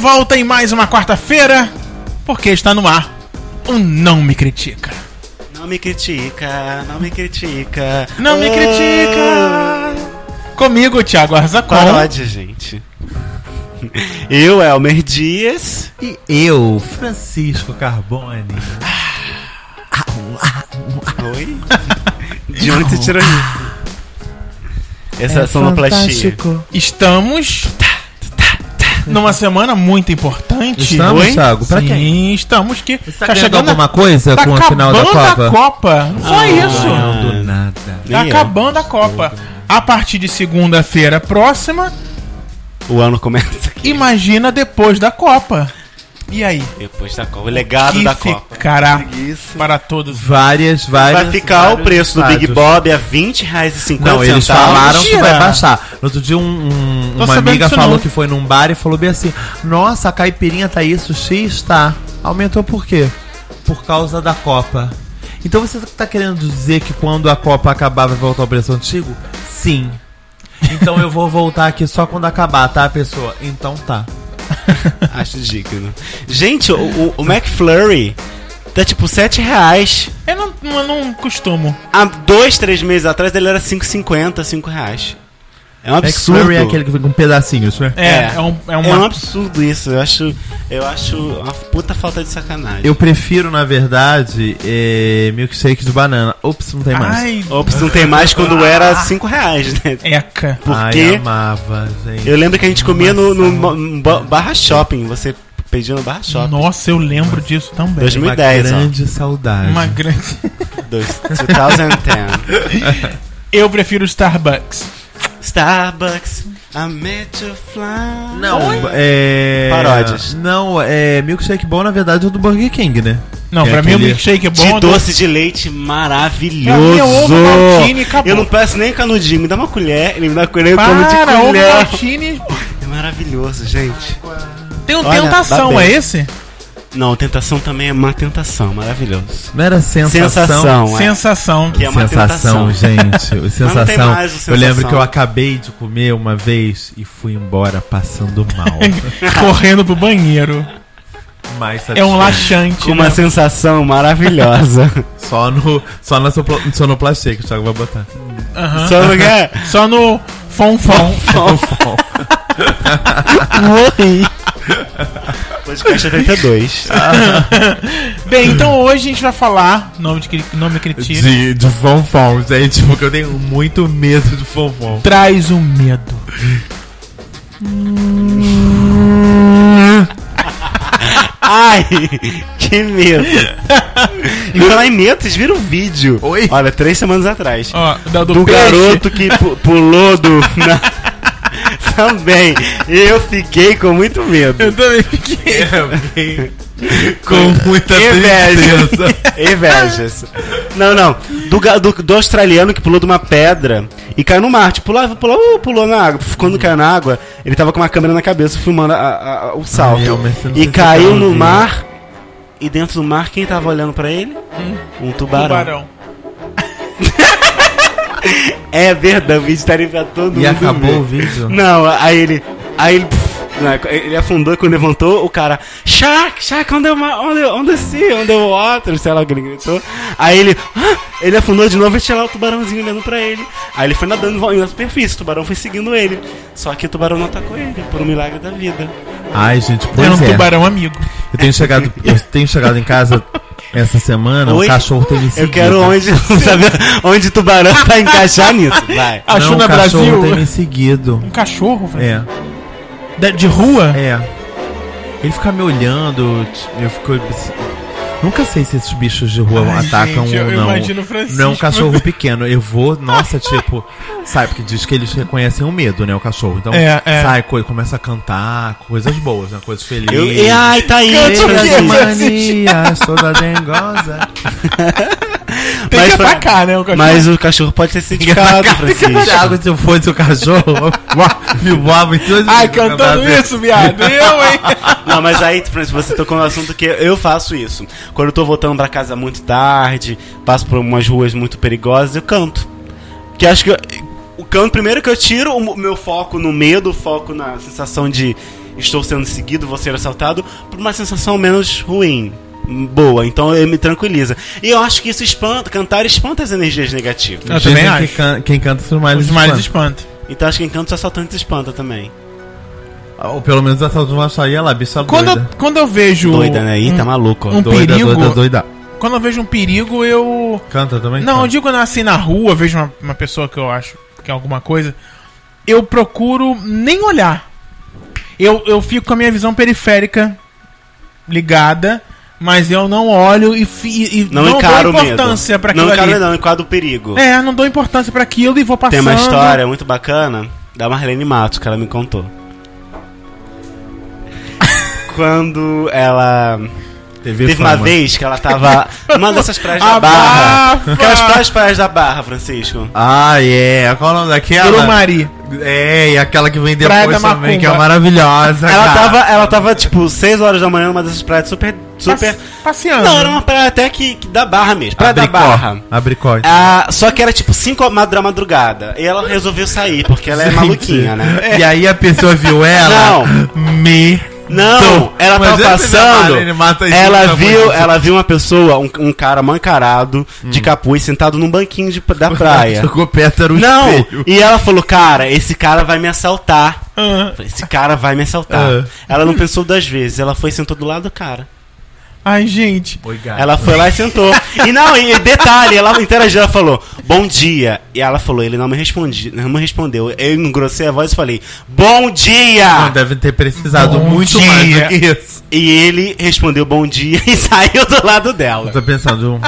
volta em mais uma quarta-feira, porque está no ar o Não Me Critica. Não me critica, não me critica. Não me Ah, critica! Comigo, Thiago Arzacon. Paródia, gente. Eu, Elmer Dias. E eu, Francisco Carbone. Oi? De onde você tirou isso? Essa É sonoplastia. Estamos tá, numa semana muito importante. Estamos, Oi? Thiago? Pra Sim, quem? estamos que Tá chegando alguma coisa tá com o final da acabando Copa? a Copa. Não foi isso. Não, do nada. Tá Nem eu. acabando a Copa. A partir de segunda-feira próxima, O ano começa aqui. imagina depois da Copa. E aí? Depois da Copa. O legado que da Copa. ficará para todos. Várias, várias. Vai ficar o vários preço do Big estádios. Bob a 20 reais e 50 Não, eles centavos. falaram que Mentira. vai baixar. No outro dia, um- um- Tô uma sabendo amiga disso falou não. que foi num bar e falou bem assim: Nossa, a caipirinha tá isso, X tá. Aumentou por quê? Por causa da Copa. Então você tá querendo dizer que quando a Copa acabar vai voltar o preço antigo? Sim. Então eu vou voltar aqui só quando acabar, tá, pessoa? Então tá. Acho digno. Gente, o, o, o McFlurry tá tipo 7 reais. Eu não, eu não costumo. Há dois, três meses atrás ele era 5,50, 5 reais. É um absurdo. McFlurry é aquele que vem com pedacinhos, né? É, é, um, é uma. É um absurdo isso. Eu acho, eu acho uma puta falta de sacanagem. Eu prefiro, na verdade, é, milkshake de banana. Ops, não tem mais. Ai, Ops, não tem mais quando era 5 reais, né? eca. Porque Ai, amava, gente. eu lembro que a gente comia no, no mo- ba- Barra Shopping. Você pedia no Barra Shopping. Nossa, eu lembro disso também. 2010, ó. Uma grande saudade. Uma grande. Dois- 2010. Eu prefiro Starbucks. Starbucks, I met you fly. Não, é. Paródias. Não, é. Milkshake bom, na verdade, é o do Burger King, né? Não, Que é pra mim o aquele- milkshake é bom. De eu doce de leite maravilhoso. Pra mim é ovo maltine, é acabou. eu não peço nem canudinho, me dá uma colher, ele me dá uma colher, eu como de Para, ovo colher. martini. É maravilhoso, gente. Tem um Olha, tentação, dá é bem. esse? Não, tentação também é uma tentação, maravilhoso. Não era sensação. Sensação, é. Sensação. Que é uma sensação, tentação. gente. o sensação. Mas não tem mais o Eu lembro sensação. que eu acabei de comer uma vez e fui embora passando mal. Correndo pro banheiro. Mas É um satisfeito. laxante. Com uma né? sensação maravilhosa. Só, no, só na sopla- sonoplastia que o Thiago vai botar. Aham. Só lugar. Só no fonfon. Podcast 82. Bem, então hoje a gente vai falar. Nome de cri- nome critica. De, de fonfon, gente, porque eu tenho muito medo de fonfon. Traz o medo. Ai, que medo. E falar em medo, vocês viram o vídeo? Oi? Olha, três semanas atrás. Ó, da do, do Ah, peixe. garoto que pu- pulou do. na- Também. Eu fiquei com muito medo. Eu também fiquei. Com muita tristeza. Invejas. Não, não. Do, ga- do, do australiano que pulou de uma pedra e caiu no mar. Tipo, pulou, pulou, uh, pulou na água. Quando caiu na água, ele tava com uma câmera na cabeça filmando a- a- a- o salto. Ai, Elmer, você tá não e precisa caiu no ver. mar. E dentro do mar, quem tava olhando pra ele? Hum. Um tubarão. Tubarão. É verdade, o vídeo tá ali pra todo mundo. E acabou ver. o vídeo? Não, aí ele. Aí ele. pff, né, Ele afundou e quando levantou, o cara. Shark, Shark, on the, ma- on the, on the sea, on the water, sei lá o que ele gritou. Aí ele. "Ah!" Ele afundou de novo e tinha lá o tubarãozinho olhando pra ele. Aí ele foi nadando indo na superfície, o tubarão foi seguindo ele. Só que o tubarão não atacou ele, por um milagre da vida. Ai, gente, Era um pois é. tubarão amigo. Eu tenho chegado, eu tenho chegado em casa essa semana, Oi? o cachorro tem me Eu seguido. quero um tá. onde, saber onde tubarão vai encaixar nisso. Vai. Não, Achou na o cachorro Brasil tem me seguido. um cachorro, velho. É, Da- De rua? é. Ele fica me olhando, t- eu fico... Nunca sei se esses bichos de rua Ai, atacam gente, eu ou não. imagino o Francisco. Não é um cachorro pequeno. Eu vou, nossa, tipo, sabe, porque diz que eles reconhecem o medo, né? O cachorro. Então É, é. sai, co- começa a cantar, coisas boas, né? Coisas felizes. Eu, e, ai, tá aí. Cante o quê? Brasil. mania, toda dengosa. Tem É. Mas que pra- atacar, né? O cachorro. Mas o cachorro pode ter se identificado, Francisco. Thiago, se eu fosse o cachorro, me voava em cima de Ai, mim, assim. cantando pra fazer. isso, viado. Eu, hein? Não, mas aí, Francisco, você tocou no assunto que eu faço isso. Quando eu tô voltando pra casa muito tarde, passo por umas ruas muito perigosas, eu canto. Que acho que eu- o canto, primeiro que eu tiro o meu foco no medo, o foco na sensação de estou sendo seguido, vou ser assaltado, por uma sensação menos ruim. Boa, então ele me tranquiliza. E eu acho que isso espanta, cantar espanta as energias negativas. Eu também Dizem que acho. can- quem canta os males, Os males espanta. espantam. Então acho que encanto os assaltantes espanta também. Ah, Ou pelo menos essa não acharia lá, bicha Quando, doida. eu- quando eu vejo. Doida, né? Ih, um- tá maluco. ó. um- Doida, perigo- doida, doida. Quando eu vejo um perigo, eu. Canta também? Não, eu Canta. digo assim na rua, vejo uma, uma pessoa que eu acho que é alguma coisa, eu procuro nem olhar. Eu, eu fico com a minha visão periférica ligada, mas eu não olho e, fi- e Não, encaro dou medo. importância pra aquilo Não encaro ali. medo, não, encaro o perigo. É, não dou importância pra aquilo e vou passando. Tem uma história muito bacana da Marlene Matos que ela me contou. Quando ela. TV Teve uma fama. vez que ela tava numa dessas praias da Barra. Abafa! Aquelas praias, praias da Barra, Francisco. Ah, é. Qual o nome daquela? Urumari. É, e aquela que vem Praia depois da também, que é Macumba. maravilhosa. Ela cara. tava, ela tava, tipo, 6 horas da manhã numa dessas praias super. super... Passe- Passeando. Não, era uma praia até que, que da Barra mesmo. Praia da Abricó. Barra. Abricó. Ah, só que era tipo 5 da madrugada. E ela resolveu sair, porque ela é Gente. maluquinha, né? E aí a pessoa viu ela. Me. Não, ela Mas tava esse passando. Neymar, ele mata isso, Ela tá viu, bonito. ela viu uma pessoa, um, um cara mancarado, Hum. de capuz, sentado num banquinho de- da praia. Jogou perto, era um Não! espelho. E ela falou, cara, esse cara vai me assaltar. Ah, Esse cara vai me assaltar. Ah. Ela não pensou duas vezes, ela foi e sentou do lado do cara. Ai, gente. Oi, gata. Ela foi lá e sentou. E não, e detalhe, ela interagiu, ela falou, bom dia. E ela falou, ele não me respondi, não me respondeu. Eu engrossei a voz e falei, bom dia! Não, deve ter precisado Bom muito mais do dia. que isso. E ele respondeu bom dia e saiu do lado dela. Eu tô pensando, um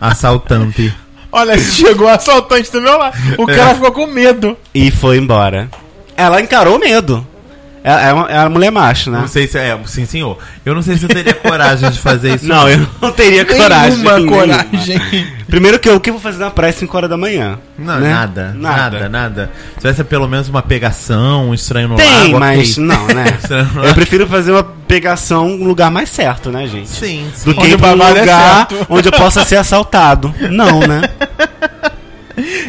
assaltante. Olha, chegou o assaltante do meu lado. O É. cara ficou com medo. E foi embora. Ela encarou o medo. Ela é uma, é uma mulher macho, né? Não sei se é, sim, senhor. Eu não sei se eu teria coragem de fazer isso. Não, eu não teria coragem. Nenhuma nenhuma. coragem. Primeiro que eu, o que eu vou fazer na praia às 5 horas da manhã? Não, né? nada, nada, nada, Se tivesse pelo menos uma pegação, um estranho no Tem, lago, ok. mas não, né? Estranho no eu lago. prefiro fazer uma pegação no lugar mais certo, né, gente? Sim, sim. Do que Onde ir o pra um babado é lugar certo. onde eu possa ser assaltado. Não, né?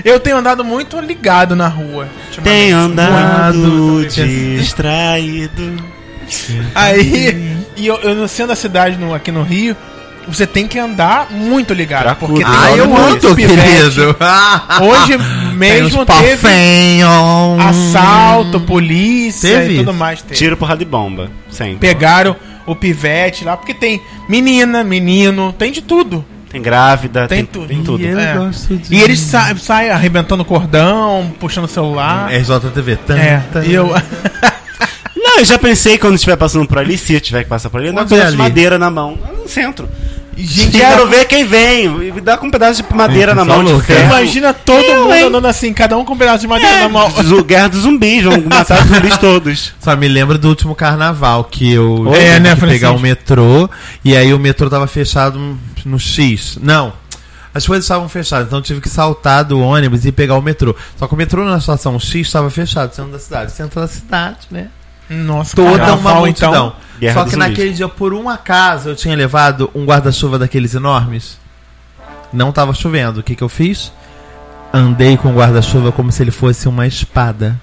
Eu tenho andado muito ligado na rua. ultimamente. Tem andado Muito. distraído. Aí, Uhum. e eu, eu não sendo a cidade no- aqui no Rio, você tem que andar muito ligado. Pra porque tudo. tem Ah, eu muito ando, pivete. querido. Hoje Tem mesmo uns teve pafinhos. assalto, polícia Teve e tudo isso? mais. Teve. Tiro, porrada e bomba. Sempre. Pegaram o pivete lá, porque tem menina, menino, tem de tudo. Tem grávida, Tem tem, tudo. Tem tudo. E eu É. gosto de... E eles sa saem arrebentando cordão, puxando o celular. É. RJTV. Tan, tan. É, e eu. Não, eu já pensei quando estiver passando por ali, se eu tiver que passar por ali, eu dou um Onde pedaço é de ali? então- madeira na mão. lá No centro. Gente, Quero ver quem vem. Me dá com um pedaço de madeira Gente, na só mão de louco, ferro. né? Imagina todo É. Eu, mundo hein? andando assim, cada um com um pedaço de madeira É, na mão. zu- Guerra dos zumbis, vão matar os zumbis todos. Só me lembro do último carnaval que eu É, tive né, que pegar Francisco? o metrô e aí o metrô tava fechado no X. Não. As coisas estavam fechadas, então eu tive que saltar do ônibus e pegar o metrô. Só que o metrô na estação X estava fechado, centro da cidade. Centro da cidade, né? Nossa, Toda carnaval, então, uma multidão. Guerra Só dos que zumbis. naquele dia, por um acaso, eu tinha levado um guarda-chuva daqueles enormes. Não tava chovendo. O que, que eu fiz? Andei com o guarda-chuva como se ele fosse uma espada.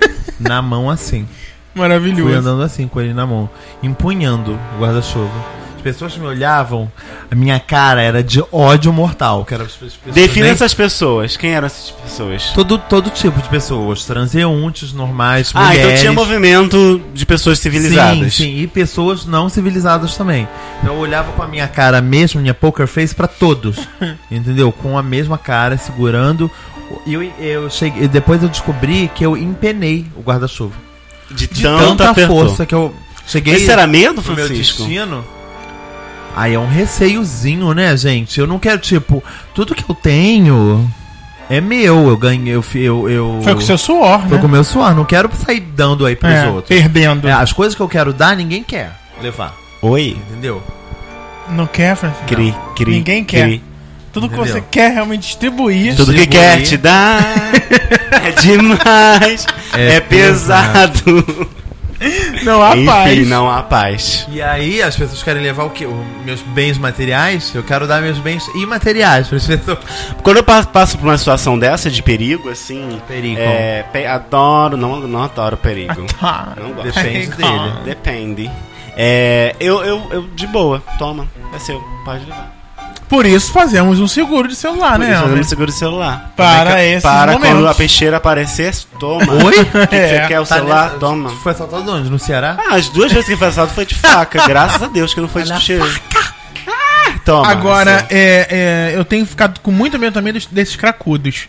na mão assim. Fui Maravilhoso. andando assim com ele na mão, empunhando o guarda-chuva. As pessoas me olhavam, a minha cara era de ódio mortal. Que era as pessoas Defina nem- essas pessoas. Quem eram essas pessoas? todo, todo tipo de pessoas, transeuntes, normais, Ah, mulheres. então tinha movimento de pessoas Sim, civilizadas. sim, e pessoas não civilizadas também. Então eu olhava com a minha cara mesmo, minha poker face, pra todos. entendeu? Com a mesma cara, segurando. E eu, eu cheguei, e depois eu descobri que eu empenei o guarda-chuva. De, De tanto tanta apertou. força que eu cheguei. Esse era medo, pro meu Francisco? destino. Aí é um receiozinho, né, gente? Eu não quero, tipo, tudo que eu tenho é meu. Eu ganhei, eu. fi- eu, eu Foi com seu suor, Foi né? com o meu suor. Não quero sair dando aí pros É, outros. perdendo. É, as coisas que eu quero dar, ninguém quer levar. Oi. Entendeu? Não quer, Francisco? Cri, cri, Ninguém quer. cri. Tudo que Entendeu? você quer realmente distribuir. Tudo que Distribuir. quer te dar é demais, é, É pesado. Não há Enfim, paz. não há paz. E aí as pessoas querem levar o quê? Os meus bens materiais? Eu quero dar meus bens imateriais para as pessoas. Quando eu pa- passo por uma situação dessa de perigo, assim. Perigo. é, pe- adoro, não, não adoro perigo. Tá. Não gosto. Ah. Depende Legal. dele. Depende. É, eu, eu, eu, de boa, toma. É seu, pode levar. Por isso fazemos um seguro de celular, Por né? isso um eu Elmer? me seguro o celular. Para Como é que- esses Para quando momentos. a peixeira aparecer, toma. Oi? O que que É, você quer o Tá celular? nessa- Toma. Foi assaltado onde? No Ceará? Ah, as duas vezes que foi assalto foi de faca. Graças a Deus que não foi de Olha a peixeira. Ah, toma. Agora, seu. é, é, eu tenho ficado com muito medo também dos- desses cracudos.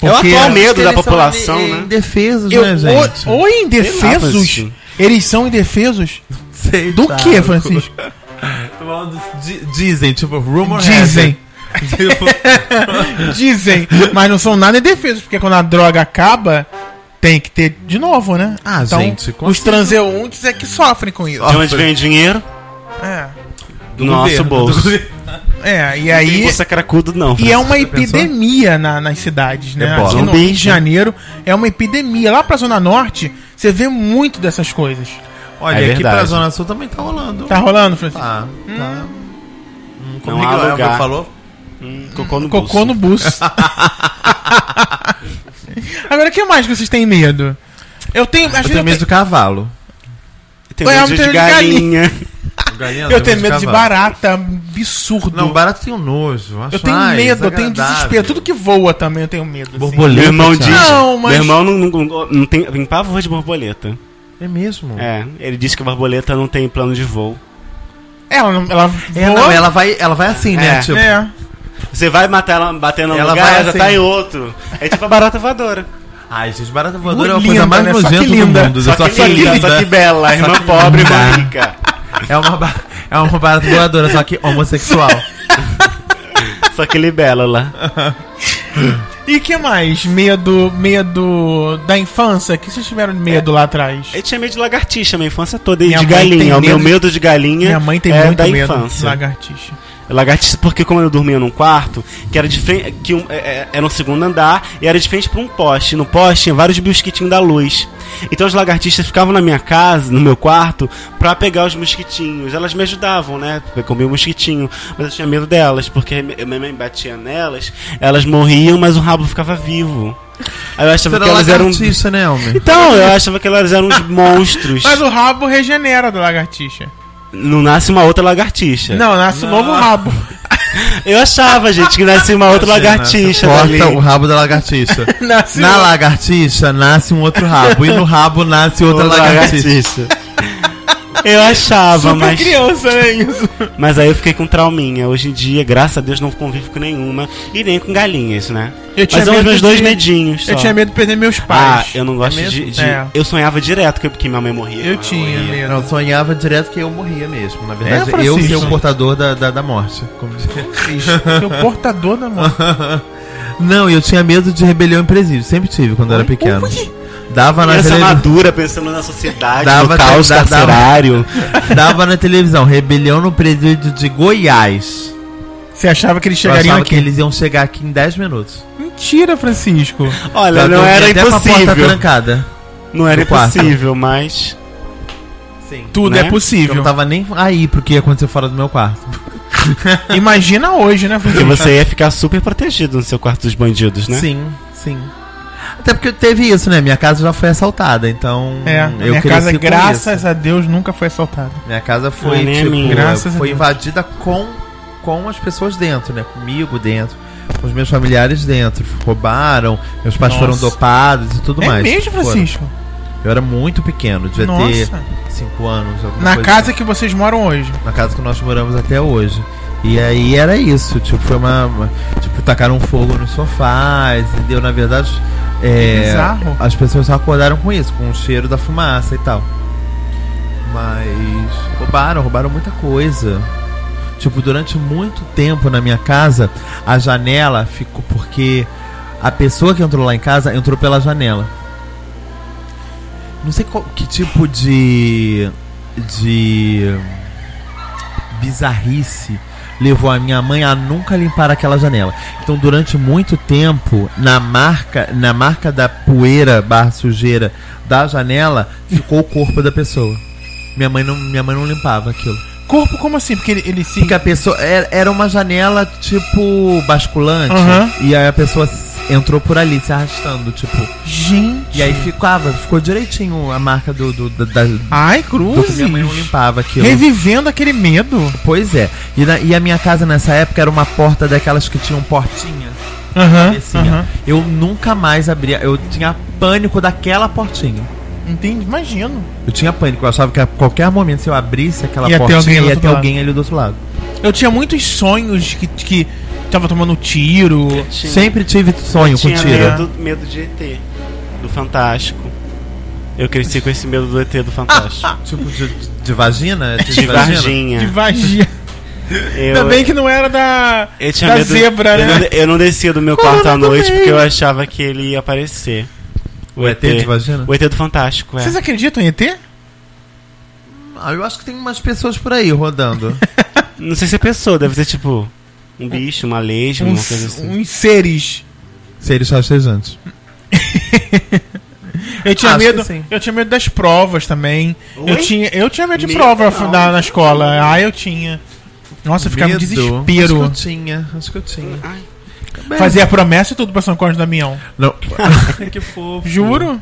É o atual medo Eles da são população, in- né? Indefesos, Eu, né, gente? ou, ou Sei lá, indefesos, Francisco. assim. eles são indefesos? Sei, Do Thiago. que, Francisco? Tô falando di- Dizem, tipo, rumor Dizem. has it. Tipo, Dizem, mas não são nada indefesos, porque quando a droga acaba, tem que ter de novo, né? Ah, gente, com os transeuntes é que sofrem com isso. De onde vem o dinheiro? É, Do nosso governo, bolso. do governo. é, e Não tem aí... bolsa cracudo, não. E é uma pensou? epidemia na- nas cidades, né? Ebola. Aqui no Zumbi, Rio né? de Janeiro é uma epidemia. Lá pra Zona Norte, você vê muito dessas coisas. Olha, É aqui verdade. pra Zona Sul também tá rolando. Tá rolando, Francisco? Tá, tá. Hum, Como Não há Miguel Elber lugar. falou? Hum, cocô no Cocô no buço. Agora, o que mais que vocês têm medo? Eu tenho. Às Eu vezes tenho medo do cavalo. Tem Ué, medo eu de, tenho galinha. Galinha, eu tenho medo de cavalo. barata, absurdo. Não, barato tem um nojo. acho eu tenho mais medo, eu tenho desagradável. desespero. Tudo que voa também eu tenho medo. assim. Borboleta. Meu irmão Thiago. diz. Não, mas- Meu irmão não, não- não- não tem, tem pavor de borboleta. É mesmo? É, ele diz que a borboleta não tem plano de voo. Ela, não- ela É, voa. não, ela vai, ela vai assim, né? É. Tipo, É. Você vai matar ela batendo no Ela lugar, vai ela já assim. tá em outro. É tipo a barata voadora. Ai, gente, barata voadora é uma Linda, coisa mais né? Só que nojenta do linda. mundo. Só, que, assim, linda, né? só que bela, irmã que pobre, irmã linda. rica. É uma, ba- é uma barata voadora, só que homossexual. Só que libela lá. E que mais? Medo, medo da infância? O que vocês tiveram de medo lá atrás? Eu tinha medo de lagartixa minha infância toda. E Minha de mãe tem galinha. O meu medo de- medo de galinha Minha mãe tem é muito da medo de infância. lagartixa. Lagartixa, porque como eu dormia num quarto, que era de frente, que um- é- é- era um segundo andar, e era de frente pra um poste. No poste tinha vários mosquitinhos da luz. Então as lagartixas ficavam na minha casa, no meu quarto, pra pegar os mosquitinhos. Elas me ajudavam, né? Eu comia o mosquitinho, mas eu tinha medo delas, porque me- minha mãe batia nelas, elas morriam, mas o rabo ficava vivo. Aí eu Você achava era que elas eram. lagartixa, né, homem? Então, eu achava que elas eram uns monstros. Mas o rabo regenera da lagartixa. Não nasce uma outra lagartixa. Não, nasce um novo rabo. Eu achava, gente, que nascia uma outra lagartixa. dali. Né? Corta o rabo da lagartixa. Nasce Na um- lagartixa nasce um outro rabo. E no rabo nasce outra Outra lagartixa. Eu achava, Super mas, criança, né? Isso. mas aí eu fiquei com trauminha. Hoje em dia, graças a Deus, não convivo com nenhuma e nem com galinhas, né? Eu tinha mas são os medo meus dois de- medinhos. Eu só. tinha medo de perder meus Ah, pais. eu não gosto É mesmo? de. de- É. Eu sonhava direto que, que minha mãe morria. Eu tinha morria. medo. Não, sonhava direto que eu morria mesmo. Na verdade, É, Francisco. eu ser o portador da, da, da morte. Como dizer. Triste. Seu portador da morte. Não, eu tinha medo de rebelião em presídio. Sempre tive quando eu era pequeno. assim? Dava na, Criança tele... madura pensando na sociedade, no Dava- caos dava- dava- carcerário. Dava na televisão. Rebelião no presídio de Goiás. Você achava que eles Eu chegariam achava aqui? que eles iam chegar aqui em 10 minutos. Mentira, Francisco. Olha, Eu não dormi era até com a porta impossível. trancada. Não era no quarto. impossível, mas. Sim. Tudo Né? é Eu não possível. tava nem aí pro que ia acontecer fora do meu quarto. tá. Imagina hoje, né, Porque Francisco? você ia ficar super protegido no seu quarto dos bandidos, né? Sim, sim. Até porque teve isso, né? Minha casa já foi assaltada, então. É, minha cresci casa, com graças a Deus, nunca foi assaltada. isso. Minha casa foi, Ah, nem a tipo, minha. Graças a foi Deus. invadida com, com as pessoas dentro, né? Comigo dentro, com os meus familiares dentro. Roubaram, meus pais Nossa. foram dopados e tudo É mais. tipo, mesmo, Foram. Francisco? Eu era muito pequeno, devia ter Nossa. 5 anos. alguma Na coisa assim. casa que vocês moram hoje. na casa que nós moramos até hoje. E aí era isso, tipo, foi uma. uma- Tipo, tacaram fogo nos sofás, entendeu? Na verdade, é, Que bizarro. as pessoas só acordaram com isso, com o cheiro da fumaça e tal. Mas roubaram, roubaram muita coisa. Tipo, durante muito tempo na minha casa, a janela ficou porque a pessoa que entrou lá em casa entrou pela janela. Não sei qual, que tipo de de bizarrice levou a minha mãe a nunca limpar aquela janela. Então, durante muito tempo, na marca, na marca da poeira barra sujeira da janela, ficou o corpo da pessoa. Minha mãe não, minha mãe não limpava aquilo. Corpo como assim? Porque ele, ele se. Porque a pessoa era, era uma janela tipo basculante Aham. e aí a pessoa s- entrou por ali se arrastando, tipo. Gente. E aí ficava, ficou direitinho a marca do do da, da- Ai, do cruz. que minha mãe não limpava aquilo. Revivendo aquele medo. Pois é. E, na- e a minha casa nessa época era uma porta daquelas que tinham portinha. Aham. cabecinha. aham. Eu nunca mais abria. Eu tinha pânico daquela portinha. Entendi, imagino. Eu tinha pânico. Eu achava que a qualquer momento, se eu abrisse aquela Ia ter portinha, alguém do ia outro ter lado. alguém ali do outro lado. Eu tinha muitos sonhos que, que tava tomando tiro. Tinha- Sempre tive sonho com tinha tiro. medo, medo de ET, do Fantástico. Eu cresci com esse medo do ET do Fantástico. Tipo, de, de vagina? Tipo, De, De De Varginha. vagia. Eu, Ainda bem que não era da. eu tinha da medo, zebra, eu né? Não, eu não descia do meu Corona quarto à noite também. porque eu achava que ele ia aparecer. O ET de vagina? O ET do Fantástico, é. Vocês acreditam em ET? Ah, eu acho que tem umas pessoas por aí rodando. Não sei se é pessoa, deve ser tipo um bicho, uma lesma, uma coisa Uns, assim. uns seres. Seres rastejantes. Eu tinha Acho que medo. sim. Eu tinha medo das provas também. Oi? Eu tinha, eu tinha medo de Medo prova não. na, na escola. Ah, eu tinha. Nossa, eu ficava em Medo. desespero. Acho que eu tinha. Acho que eu tinha. Ai, Fazia promessa e tudo pra São Cosme e Damião. Não. um- que fofo. Juro?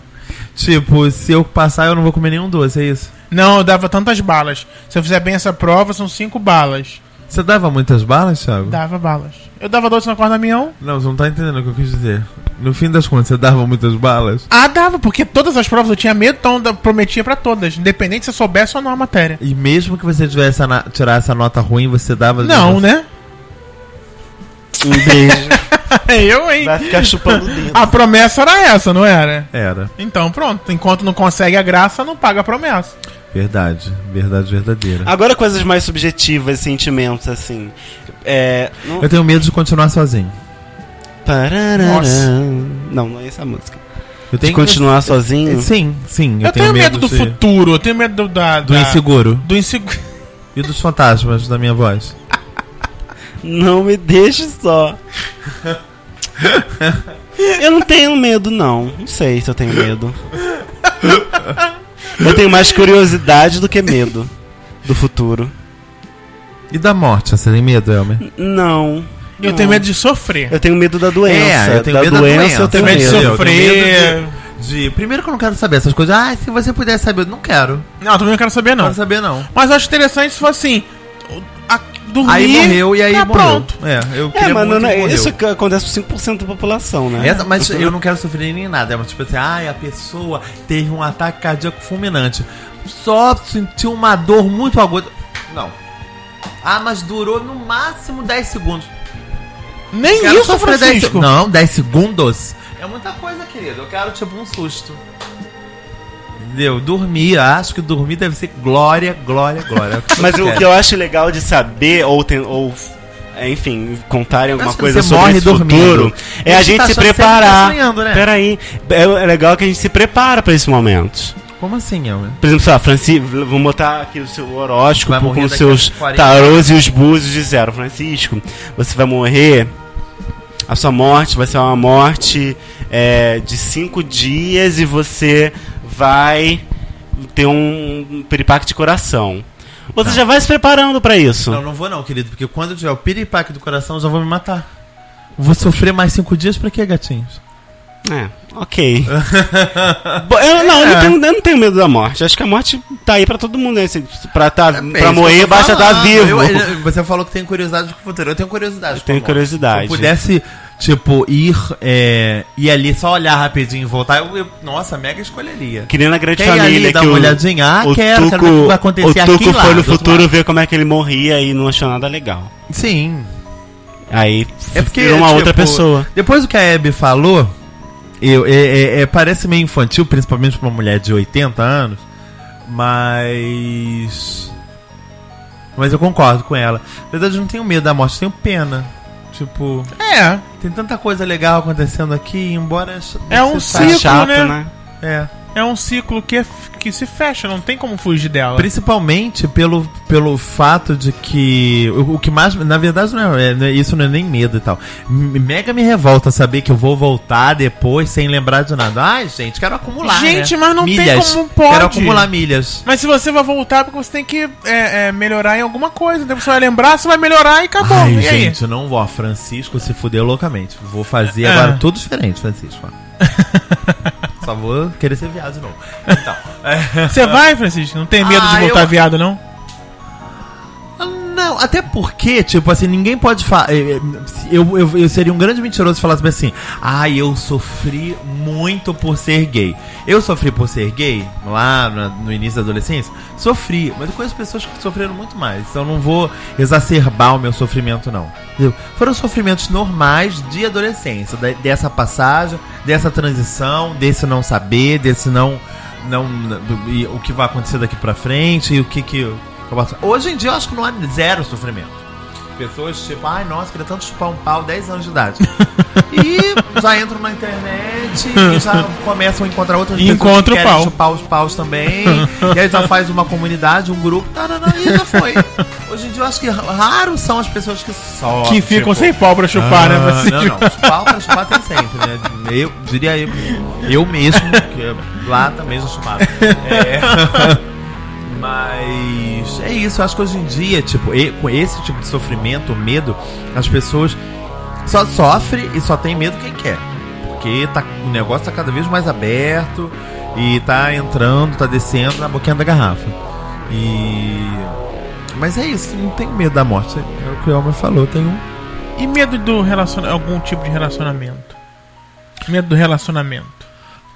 tipo, se eu passar, eu não vou comer nenhum doce, é isso? Não, eu dava tantas balas. Se eu fizer bem essa prova, são cinco balas. Você dava muitas balas, Thiago? Dava balas. Eu dava doce na corda Damião? Não, você não tá entendendo o que eu quis dizer. No fim das contas, você dava muitas balas? Ah, dava, porque todas as provas eu tinha medo, então eu prometia pra todas, independente se eu soubesse ou não a matéria. E mesmo que você tivesse a na- tirasse a nota ruim, você dava. Não, né? Um beijo. Eu, hein? Vai ficar chupando o dedo. A promessa era essa, não era? Era. Então pronto, enquanto não consegue a graça, não paga a promessa. Verdade. Verdade verdadeira. Ah, Agora coisas mais subjetivas, sentimentos, assim. É. Não... Eu tenho medo de continuar sozinho. Parararã. Nossa. Não, não é essa a música. Eu De tenho continuar sozinho? Sim, sim. Eu, tenho, medo, do Tá. de- futuro, eu tenho medo do, da, Do da- inseguro. do insegu- E dos fantasmas da minha voz. Não me deixe só. eu não tenho medo, não. Não sei se eu tenho medo. eu tenho mais curiosidade do que medo do futuro. E da morte, você tem medo, Elmer? Não. Eu não. tenho medo de sofrer. Eu tenho medo da doença. É, eu tenho da medo da doença, doença. eu tenho medo de medo. sofrer. sofrer. De. Primeiro que eu não quero saber essas coisas. Ah, se você puder saber, eu não quero. Não, também não quero saber, Não não. quero saber, não. Mas é- eu acho interessante se for assim. o- a- dormir. Aí morreu e aí tá morreu. pronto. É, eu queria É, mas muito não, que morreu. isso que acontece com 5% da população, né? Essa- mas eu não quero sofrer nem nada. É uma tipo assim, ai, a pessoa teve um ataque cardíaco fulminante. Só sentiu uma dor muito aguda. Não. Ah, mas durou no máximo 10 segundos. Nem Quero isso, sofrer 10 Francisco. segundos. Não, 10 segundos. É muita coisa, querido. Eu quero, tipo, um susto. Entendeu? Dormir, acho que dormir deve ser glória, glória, glória. Mas o que eu eu acho legal de saber, ou, ten- ou é, enfim, contarem alguma Acho que coisa você sobre morre esse dormindo. futuro, é a Você gente tá se achando que você preparar. tá sonhando, né? Peraí, é, é legal que a gente se prepara pra esse momento. Como assim, Elmer? Por exemplo, sei lá, Franci, vamos botar aqui o seu Vai horóscopo morrer com os daqui a seus 40. tarôs e os búzios de zero. Francisco, você vai morrer. A sua morte vai ser uma morte é, de cinco dias e você vai ter um piripaque de coração. Você já vai se preparando pra isso. Tá. Não, não vou não, querido, porque quando eu tiver o piripaque do coração, eu já vou me matar. Vou sofrer mais cinco dias pra quê, gatinhos? É, ok. Bo- eu, não, É. eu, não tenho, eu não tenho medo da morte. Acho que a morte tá aí pra todo mundo. Né? Se- Pra, É, tá, pra morrer, basta estar dar vivo. você falou que tem curiosidade com o futuro. Eu tenho curiosidade. Eu tenho curiosidade. Se eu pudesse, tipo, ir, é, ir ali, só olhar rapidinho e voltar, eu, eu- nossa, mega escolheria. Querendo a grande Quer ir ali, família. dar que uma o- olhadinha? Ah, o quero, Tuco, quero ver o que vai acontecer o aqui Tuco lá, foi do no outro futuro lado. ver como é que ele morria e não achou nada legal. Sim. Aí É porque virou uma tipo, outra pessoa. Depois do que a Abby falou, eu, é- é- é- parece meio infantil, principalmente pra uma mulher de 80 anos, mas. Mas eu concordo com ela. Na verdade, eu não tenho medo da morte, eu tenho pena. Tipo, É. tem tanta coisa legal acontecendo aqui, embora. É um você saiba- ciclo, chato, né? né? É. é um ciclo que, que se fecha, não tem como fugir dela. Principalmente pelo, pelo fato de que. O, o que mais. Na verdade, não é, não é- isso não é nem medo e tal. M- Mega me revolta saber que eu vou voltar depois sem lembrar de nada. Ai, gente, quero acumular. Gente, né? mas não tem milhas. como pode. Quero acumular milhas. Mas se você vai voltar, porque você tem que é, é, melhorar em alguma coisa. Então você vai lembrar, você vai melhorar e acabou. Ai, Tá e gente, não vou. Ah, Francisco se fudeu loucamente. Vou fazer É. agora tudo diferente, Francisco. Só vou querer ser viado de novo. Então. aí? Você vai, Francisco? Não tem medo Ah, de voltar eu- viado, não? Não, até porque, tipo assim, ninguém pode falar. eh, eh, Eu, eu, eu seria um grande mentiroso se falasse assim: ah, eu sofri muito por ser gay. Eu sofri por ser gay lá na- no, início da adolescência? Sofri, mas eu conheço pessoas que sofreram muito mais. Então eu não vou exacerbar o meu sofrimento, não. Entendeu? Foram sofrimentos normais de adolescência, da- dessa passagem, dessa transição, desse não saber, desse não não e o que vai acontecer daqui pra frente e o que que hoje em dia eu acho que não há zero sofrimento pessoas tipo ai nossa queria tanto chupar um pau 10 anos de idade e já entram na internet e já começam a encontrar outras E encontra o que querem pau. chupar os paus também e aí já faz uma comunidade um grupo taraná, e já foi hoje em dia eu acho que raro são as pessoas que só que ficam sem pau pra chupar, né, ah, Francisco? Não, não. Chupar pra chupar tem sempre, né? Eu diria eu, eu mesmo, que lá também já chupava. É. Mas é isso, eu acho que hoje em dia, tipo, e- com esse tipo de sofrimento, medo, as pessoas só sofre e só tem medo quem quer. Porque tá, o negócio tá cada vez mais aberto e tá entrando, tá descendo na boquinha da garrafa. E. Mas é isso, não tem medo da morte. É o que o Almer falou, tem um E medo do relaciona algum tipo de relacionamento? Medo do relacionamento.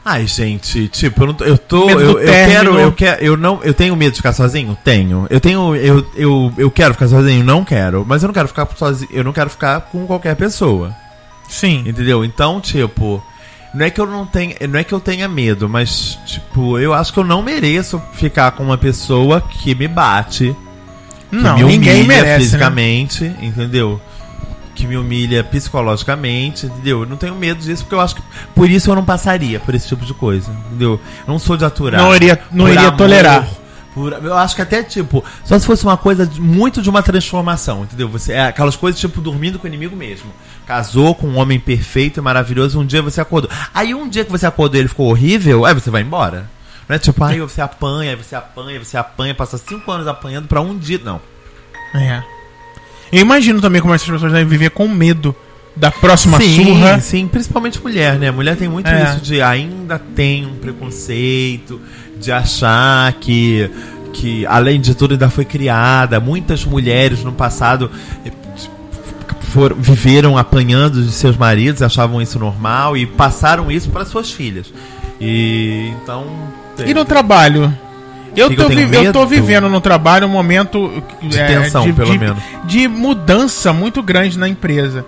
Ai, gente, tipo, eu, não tô- eu tô. Medo Eu, do eu término. quero, eu quero. Eu não. Eu tenho medo de ficar sozinho? Tenho. Eu tenho. Eu, eu, eu quero ficar sozinho? Não quero. Mas eu não quero ficar sozinho. Eu não quero ficar com qualquer pessoa. Sim. Entendeu? Então, tipo. Não é que eu não tenha. Não é que eu tenha medo, mas, tipo, eu acho que eu não mereço ficar com uma pessoa que me bate. Que Não, me ninguém humilha merece. né? fisicamente, entendeu? Que me humilha psicologicamente, entendeu? Eu não tenho medo disso, porque eu acho que. Por isso eu não passaria por esse tipo de coisa, entendeu? Eu não sou de aturar. Não iria- não por iria tolerar. por- eu acho que até, tipo, só se fosse uma coisa de- muito de uma transformação, entendeu? Você, é aquelas coisas, tipo, dormindo com o inimigo mesmo. Casou com um homem perfeito e maravilhoso, um dia você acordou. Aí um dia que você acordou e ele ficou horrível, aí você vai embora. Não é tipo, aí você apanha, aí você apanha, aí você apanha, passa cinco anos apanhando pra um dia. Não. É. Eu imagino também como essas pessoas devem viver com medo da próxima surra. Sim, principalmente mulher, né? Mulher tem muito É. isso de ainda tem um preconceito, de achar que, que além de tudo ainda foi criada. Muitas mulheres no passado eh, foram, viveram apanhando de seus maridos, achavam isso normal e passaram isso para suas filhas. E então. E no trabalho? Eu Que tô, eu tenho vi- eu tô medo? vivendo no trabalho um momento é, De tensão, pelo de, menos. de mudança muito grande na empresa.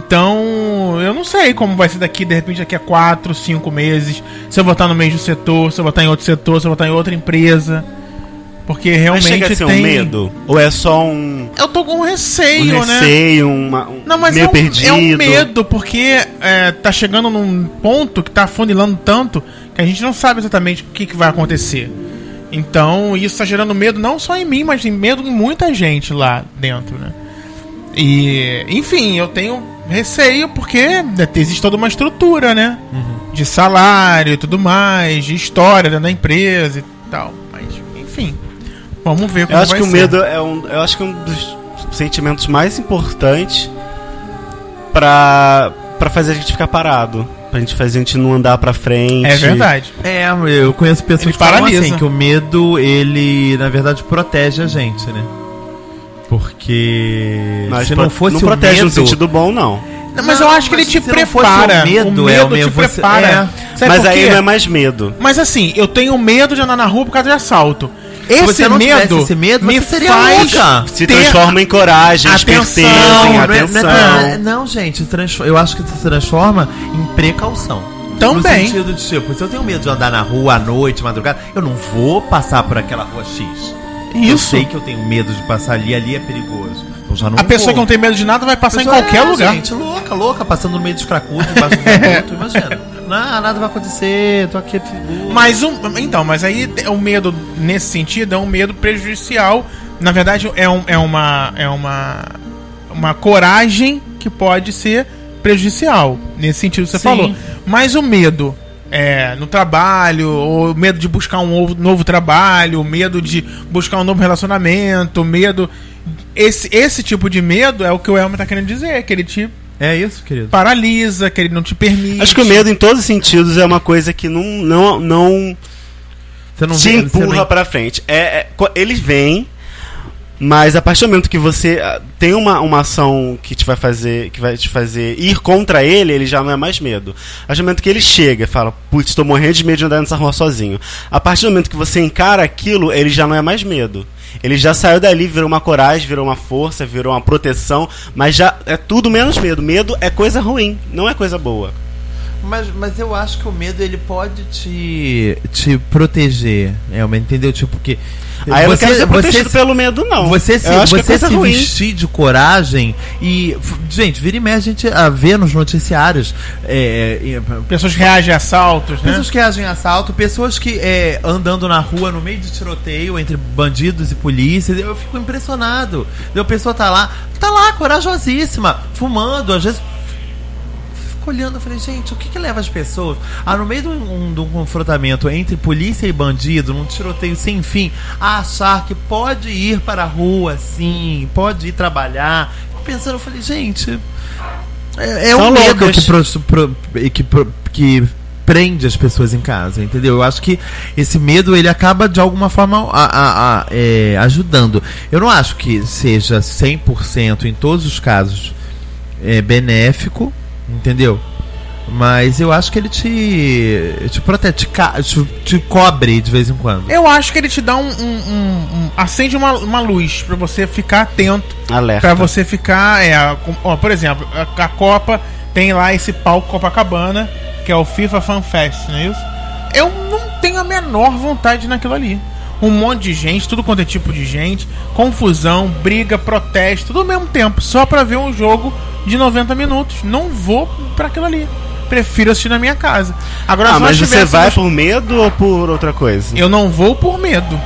Então, eu não sei como vai ser daqui, de repente, daqui a 4, 5 meses. Se eu botar no mesmo setor, se eu botar em outro setor, se eu botar em outra empresa. Porque Mas realmente. chega a ser tem... um medo? Ou é só um, Eu tô com um receio, né? receio, uma, um Não, mas meio é, um, perdido? é um medo, porque é, tá chegando num ponto que tá afunilando tanto que a gente não sabe exatamente o que, que vai acontecer. Então, isso tá gerando medo não só em mim, mas em medo em muita gente lá dentro, né? E, enfim, eu tenho receio porque né, existe toda uma estrutura, né? Uhum. De salário e tudo mais, de história dentro da empresa e tal. Mas, enfim, vamos ver como Eu acho vai que o ser. medo é um, eu acho que é um dos sentimentos mais importantes pra para fazer a gente ficar parado, pra gente fazer a gente não andar pra frente. É verdade. É, eu conheço pessoas Ele que falam paralisa. assim, que o medo, ele, na verdade, protege a gente, né? Porque Mas se pro- não fosse não o protege medo... no sentido bom não. Não, mas eu acho que ele te se não fosse prepara. O medo, é o medo, te você- prepara. é. Sabe mas por aí quê? não é mais medo. Mas assim, eu tenho medo de andar na rua por causa de assalto. Esse você não tivesse medo, esse medo, me você seria faz louca. Se ter- transforma em coragem, Atenção, esperteza, não assim, em é- atenção. não, é- não, gente, transfo- eu acho que se transforma em precaução. Também. No sentido de, tipo, se eu tenho medo de andar na rua à noite, madrugada, eu não vou passar por aquela rua X. Eu Isso. sei que eu tenho medo de passar ali, ali é perigoso. Então já não A pessoa vou. que não tem medo de nada vai passar em Pessoa- qualquer é, lugar. Gente, louca, louca, passando no meio dos cracudos, embaixo do viaduto, imagina. Não, nada vai acontecer, tô aqui. seguro." Mas um, então, mas aí é o medo nesse sentido é um medo prejudicial. Na verdade, é, um, é uma é uma uma coragem que pode ser prejudicial nesse sentido que você Sim. falou. Mas o medo é, no trabalho, ou medo de buscar um novo, novo trabalho, o medo de buscar um novo relacionamento, o medo esse, esse tipo de medo é o que o Elmer tá querendo dizer, que ele te É isso, querido? paralisa, que ele não te permite. Acho que o medo em todos os sentidos é uma coisa que não não não Você não te vê- você empurra não- pra frente. É, é, co- eles vêm, mas a partir do momento que você ah, tem uma, uma ação que te vai fazer que vai te fazer ir contra ele, ele já não é mais medo. A partir do momento que ele chega e fala, putz, tô morrendo de medo de andar nessa rua sozinho. A partir do momento que você encara aquilo, ele já não é mais medo. Ele já saiu dali, virou uma coragem, virou uma força, virou uma proteção, mas já é tudo menos medo. Medo é coisa ruim, não é coisa boa. Mas, mas eu acho que o medo ele pode te, te proteger. É, mas entendeu? Tipo que. Aí Ah, eu não quero ser protegido se- pelo medo, não. Você se, eu acho que é você coisa se ruim. vestir de coragem e. f- Gente, vira e mexe, a gente ah, vê nos noticiários é, é, Pessoas reagem a assaltos, né? Pessoas que agem em assalto, pessoas que é, andando na rua no meio de tiroteio entre bandidos e polícia, eu fico impressionado. A pessoa tá lá, tá lá, corajosíssima, fumando, às vezes. Fico olhando, eu falei, gente, o que que leva as pessoas? Ah, no meio de um, de um confrontamento entre polícia e bandido, num tiroteio sem fim, a achar que pode ir para a rua, sim, pode ir trabalhar. Fico Pensando, eu falei, gente, é, é São um medo loucas. que, pro- pro- e que, pro- que prende as pessoas em casa, entendeu? Eu acho que esse medo ele acaba de alguma forma a- a- a- é, ajudando. Eu não acho que seja 100% em todos os casos é, benéfico, entendeu? Mas eu acho que ele te, te protege, te, ca- te- te cobre de vez em quando. Eu acho que ele te dá um. um- um- um- acende uma, uma luz pra você ficar atento. Alerta. Pra você ficar. É, a- com- ó, por exemplo, a, a Copa tem lá esse palco Copacabana, que é o FIFA Fan Fest, não é isso? Eu não tenho a menor vontade naquilo ali. Um monte de gente, tudo quanto é tipo de gente, confusão, briga, protesto, tudo ao mesmo tempo, só pra ver um jogo de 90 minutos. Não vou pra aquilo ali. Prefiro assistir na minha casa. Agora, Ah, se mas nós você vai tivéssemos- por medo ou por outra coisa? Eu não vou por medo.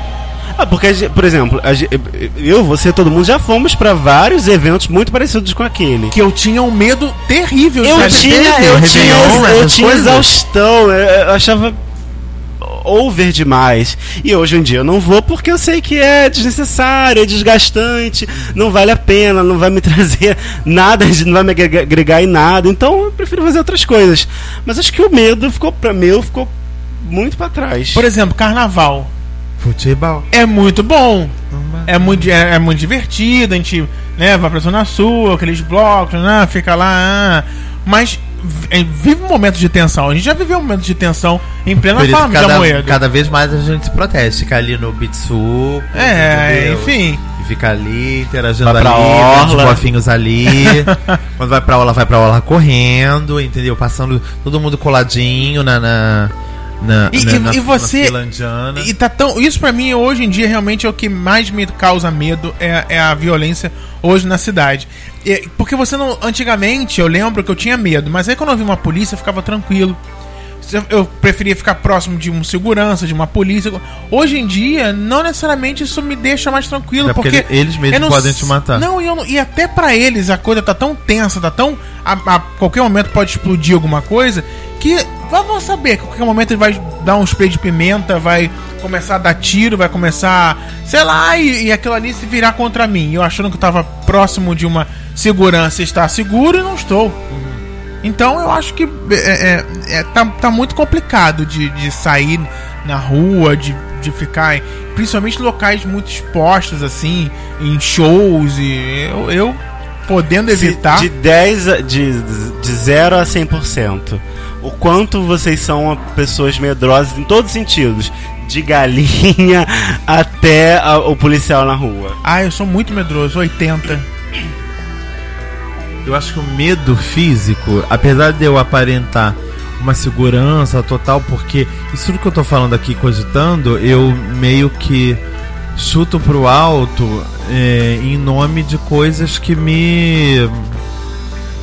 Ah, porque, a gente- por exemplo, a gente- eu, você, todo mundo já fomos pra vários eventos muito parecidos com aquele. que eu tinha um medo terrível Eu sair tinha, daquele- eu Réveillon, tinha, né? eu essas tinha coisas? exaustão, eu, eu achava over demais. E hoje em dia eu não vou porque eu sei que é desnecessário, é desgastante, não vale a pena, não vai me trazer nada, não vai me agregar- agregar em nada. Então eu prefiro fazer outras coisas. Mas acho que o medo ficou para meu ficou muito pra trás. Por exemplo, carnaval. Futebol. É muito bom. É muito, é, é muito divertido, a gente né, vai pra Zona Sul, aqueles blocos, né, fica lá. ah. Mas vi- é, vive um momento de tensão. A gente já viveu um momento de tensão em plena Por isso, farm de cada, Amoedo. cada vez mais a gente se protege. Fica ali no Bitsu. É, enfim. E fica ali, interagindo Vai pra ali, vendo orla. os bofinhos ali. Quando vai pra aula, vai pra aula correndo, entendeu? Passando todo mundo coladinho na. na, na E- na- e- na- e você- na finlandiana. E tá tão. Isso pra mim hoje em dia realmente é o que mais me causa medo é, é a violência hoje na cidade. E- porque você não. Antigamente eu lembro que eu tinha medo, mas aí quando eu vi uma polícia eu ficava tranquilo. Eu- Eu preferia ficar próximo de um segurança, de uma polícia. Hoje em dia, não necessariamente isso me deixa mais tranquilo, Até Né, porque porque. eles mesmos eu não podem s- te matar. Não, e, eu não- e até pra eles a coisa tá tão tensa, tá tão. A, a qualquer momento pode explodir alguma coisa que vá- vão saber. que A qualquer momento ele vai dar um spray de pimenta, vai começar a dar tiro, vai começar. Sei lá, e, e aquilo ali se virar contra mim. Eu achando que eu tava próximo de uma segurança e estar seguro e não estou. Então eu acho que é, é- é- tá, tá muito complicado de, de sair na rua, de, de ficar em, principalmente em locais muito expostos, assim, em shows e eu, eu podendo Se- evitar. De 10 a, de, de 0 a 100%. O quanto vocês são pessoas medrosas em todos os sentidos. De galinha até a- o policial na rua. Ah, eu sou muito medroso, 80. Eu acho que o medo físico, apesar de eu aparentar uma segurança total, porque isso tudo que eu tô falando aqui, cogitando, eu meio que chuto pro alto é, em nome de coisas que me.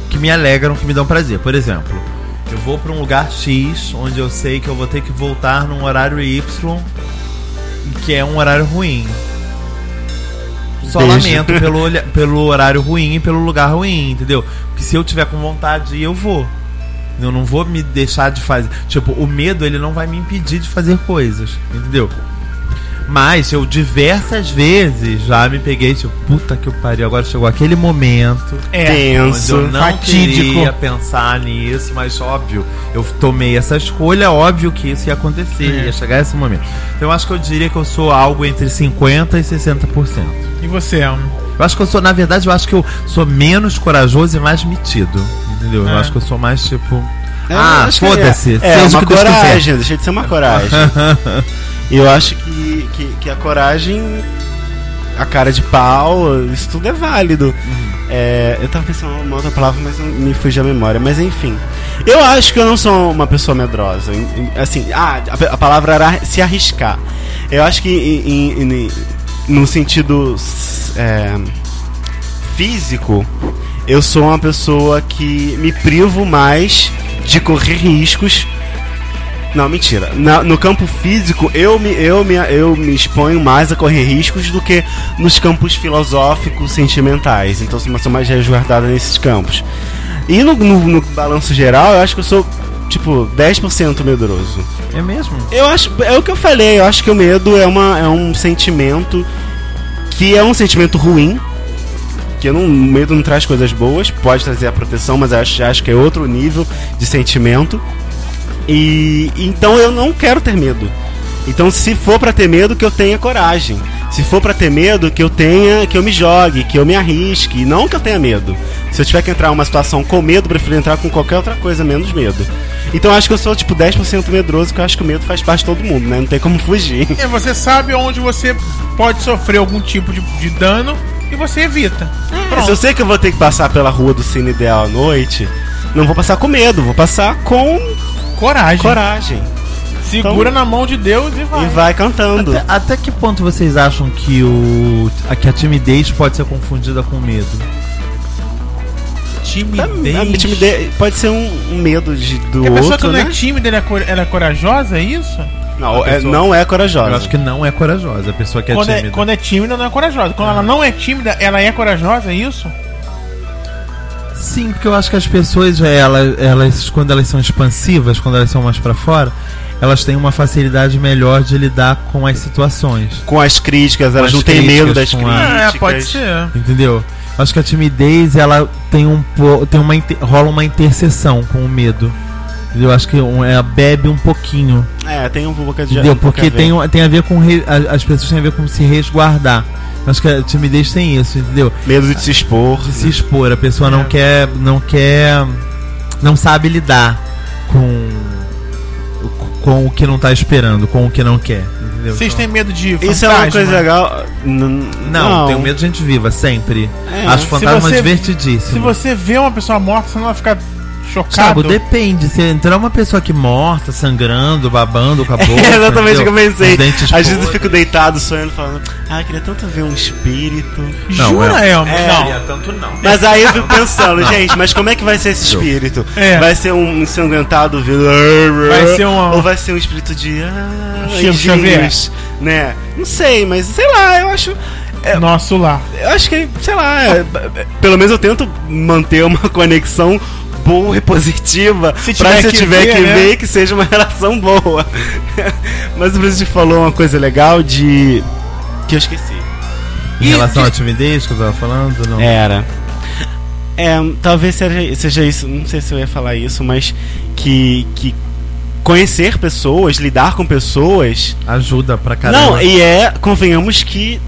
que me alegram, que me dão prazer. Por exemplo, Eu vou pra um lugar X, onde eu sei que eu vou ter que voltar num horário Y, que é um horário ruim. Só Beijo. lamento pelo, olha- pelo horário ruim e pelo lugar ruim, entendeu? Porque se eu tiver com vontade, de ir, eu vou. Eu não vou me deixar de fazer. Tipo, o medo ele não vai me impedir de fazer coisas, entendeu? Mas eu diversas vezes já me peguei, tipo, puta que eu pariu, agora chegou aquele momento. É. Mas eu Tenso. não Fatídico. queria pensar nisso, mas óbvio, eu tomei essa escolha, óbvio que isso ia acontecer, É. ia chegar esse momento. Então eu acho que eu diria que eu sou algo entre 50% e 60%. E você, Elmo? Eu acho que eu sou, na verdade, eu acho que eu sou menos corajoso e mais metido, entendeu? Eu É. acho que eu sou mais, tipo... É, ah, acho que foda-se, É, é seja o uma que Deus quiser. coragem, deixa de ser uma coragem. E eu acho que, que, que a coragem, a cara de pau, isso tudo é válido. Uhum. É, eu tava pensando em uma outra palavra, mas não- me fugiu a memória. Mas enfim, eu acho que eu não sou uma pessoa medrosa. Em- em- Assim, ah, a, a palavra era se arriscar. Eu acho que em, em, em- num sentido s- é, físico, eu sou uma pessoa que me privo mais de correr riscos não, mentira. Na- no campo físico, eu me, eu, me, eu me exponho mais a correr riscos do que nos campos filosóficos, sentimentais. Então, sou sou mais resguardada nesses campos. E no, no- no balanço geral, eu acho que eu sou, tipo, 10% medroso. É mesmo? Eu acho, é o que eu falei, eu acho que o medo é, uma, é um sentimento que é um sentimento ruim. Que eu não, o medo não traz coisas boas, pode trazer a proteção, mas eu acho, acho que é outro nível de sentimento. E então eu não quero ter medo. Então se for pra ter medo, que eu tenha coragem. Se for pra ter medo, que eu tenha, que eu me jogue, que eu me arrisque, não que eu tenha medo. Se eu tiver que entrar em uma situação com medo, eu prefiro entrar com qualquer outra coisa menos medo. Então eu acho que eu sou tipo 10% medroso, que eu acho que o medo faz parte de todo mundo, né? Não tem como fugir. É, você sabe onde você pode sofrer algum tipo de, de dano e você evita. Se eu sei que eu vou ter que passar pela rua do Cine Ideal à noite, não vou passar com medo, vou passar com Coragem. coragem. Segura na mão de Deus e vai. então E vai cantando. Até, até que ponto vocês acham que, o, a, que a timidez pode ser confundida com medo? Tá, A timidez pode ser um, um medo de, do E a pessoa que outro, não é né? tímida, ela é, cor- ela é corajosa, é isso? Não, A é, pessoa- não é Eu corajosa. acho que não é corajosa, a pessoa que é quando, tímida. é, quando é tímida, não é corajosa. Quando ela não é tímida, ela é corajosa, é isso? Sim, porque eu acho que as pessoas, é, elas, elas, quando elas são expansivas, quando elas são mais pra fora, elas têm uma facilidade melhor de lidar com as situações. Com as críticas, elas as não têm medo das críticas, com críticas. a- É, Entendeu? Acho que a timidez, ela tem um po- tem uma inter- rola uma interseção com o medo. Eu acho que um- ela bebe um pouquinho, É, tem um bocadinho de entendeu? Porque tem, um- tem a ver com re- a- as pessoas têm a ver com se resguardar. Acho que a timidez tem isso, entendeu? medo de se expor. de Ah. se expor. A pessoa não É. quer, não quer, não sabe lidar com com o que não tá esperando, com o que não quer. Entendeu? Vocês Então- têm medo de fantasma? Isso é uma coisa legal. N- Não, tenho medo de gente viva sempre. É. Acho fantasma você- Se divertidíssimo. você vê uma pessoa morta, você não vai ficar chocado. Thiago, depende. Se entrar uma pessoa que morta, sangrando, babando com a boca. É exatamente o que eu entendeu? pensei. Os dentes Às vezes eu podres. fico deitado sonhando, falando, ah, eu queria tanto ver um espírito. Não, Jura, é- Elmo? É, não. tanto não. Mas aí eu fico pensando, gente, mas como é que vai ser esse espírito? É. Vai ser um ensanguentado vil- Vai ser uma- Ou vai ser um espírito de. Ah, Chico anjinhos, Xavier. Né? Não sei, mas sei lá, eu acho. É, Nosso lar. Eu acho que, sei lá, é, b- pelo menos eu tento manter uma conexão boa e positiva Se pra tiver se eu que tiver ver, que né? ver que seja uma relação boa. Mas o Brasil falou uma coisa legal de. que eu esqueci. Em E relação que- à timidez que eu tava falando, não. Era. É, talvez seja, seja isso, não sei se eu ia falar isso, mas que, que conhecer pessoas, lidar com pessoas. Ajuda pra caramba. Não, e é, convenhamos que,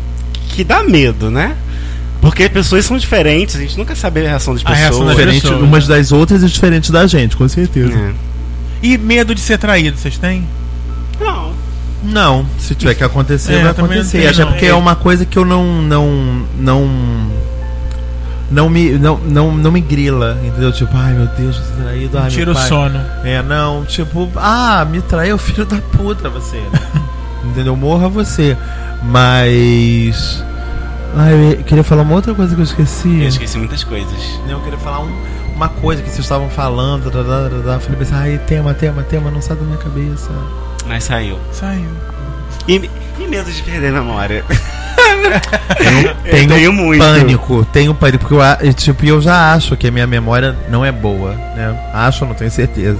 que dá medo, né? Porque pessoas são diferentes, a gente nunca sabe a reação das A pessoas. reação das diferente pessoas. umas das outras e diferente da gente, com certeza. É. E medo de ser traído, vocês têm? Não. Não, se tiver que acontecer, É, vai eu também não acontecer. tenho, Até não. porque é uma coisa que eu não. não. não. não me. não, não, não me grila, entendeu? Tipo, ai meu Deus, eu fui traído, ai Tira meu o pai. sono. É, não, tipo, ah, me traiu, filho da puta você. entendeu? Morra você. Mas. Ah, eu queria falar uma outra coisa que eu esqueci. Eu esqueci muitas coisas. Não, eu queria falar um- uma coisa que vocês estavam falando. Tá, tá, tá, tá. Eu Falei assim, ai, tema, tema, tema, não sai da minha cabeça. Mas saiu. Saiu. E, e medo de perder a memória. Eu Tenho tenho muito. Pânico, tenho pânico, porque eu, a- e, tipo, eu já acho que a minha memória não é boa, né? Acho, não tenho certeza.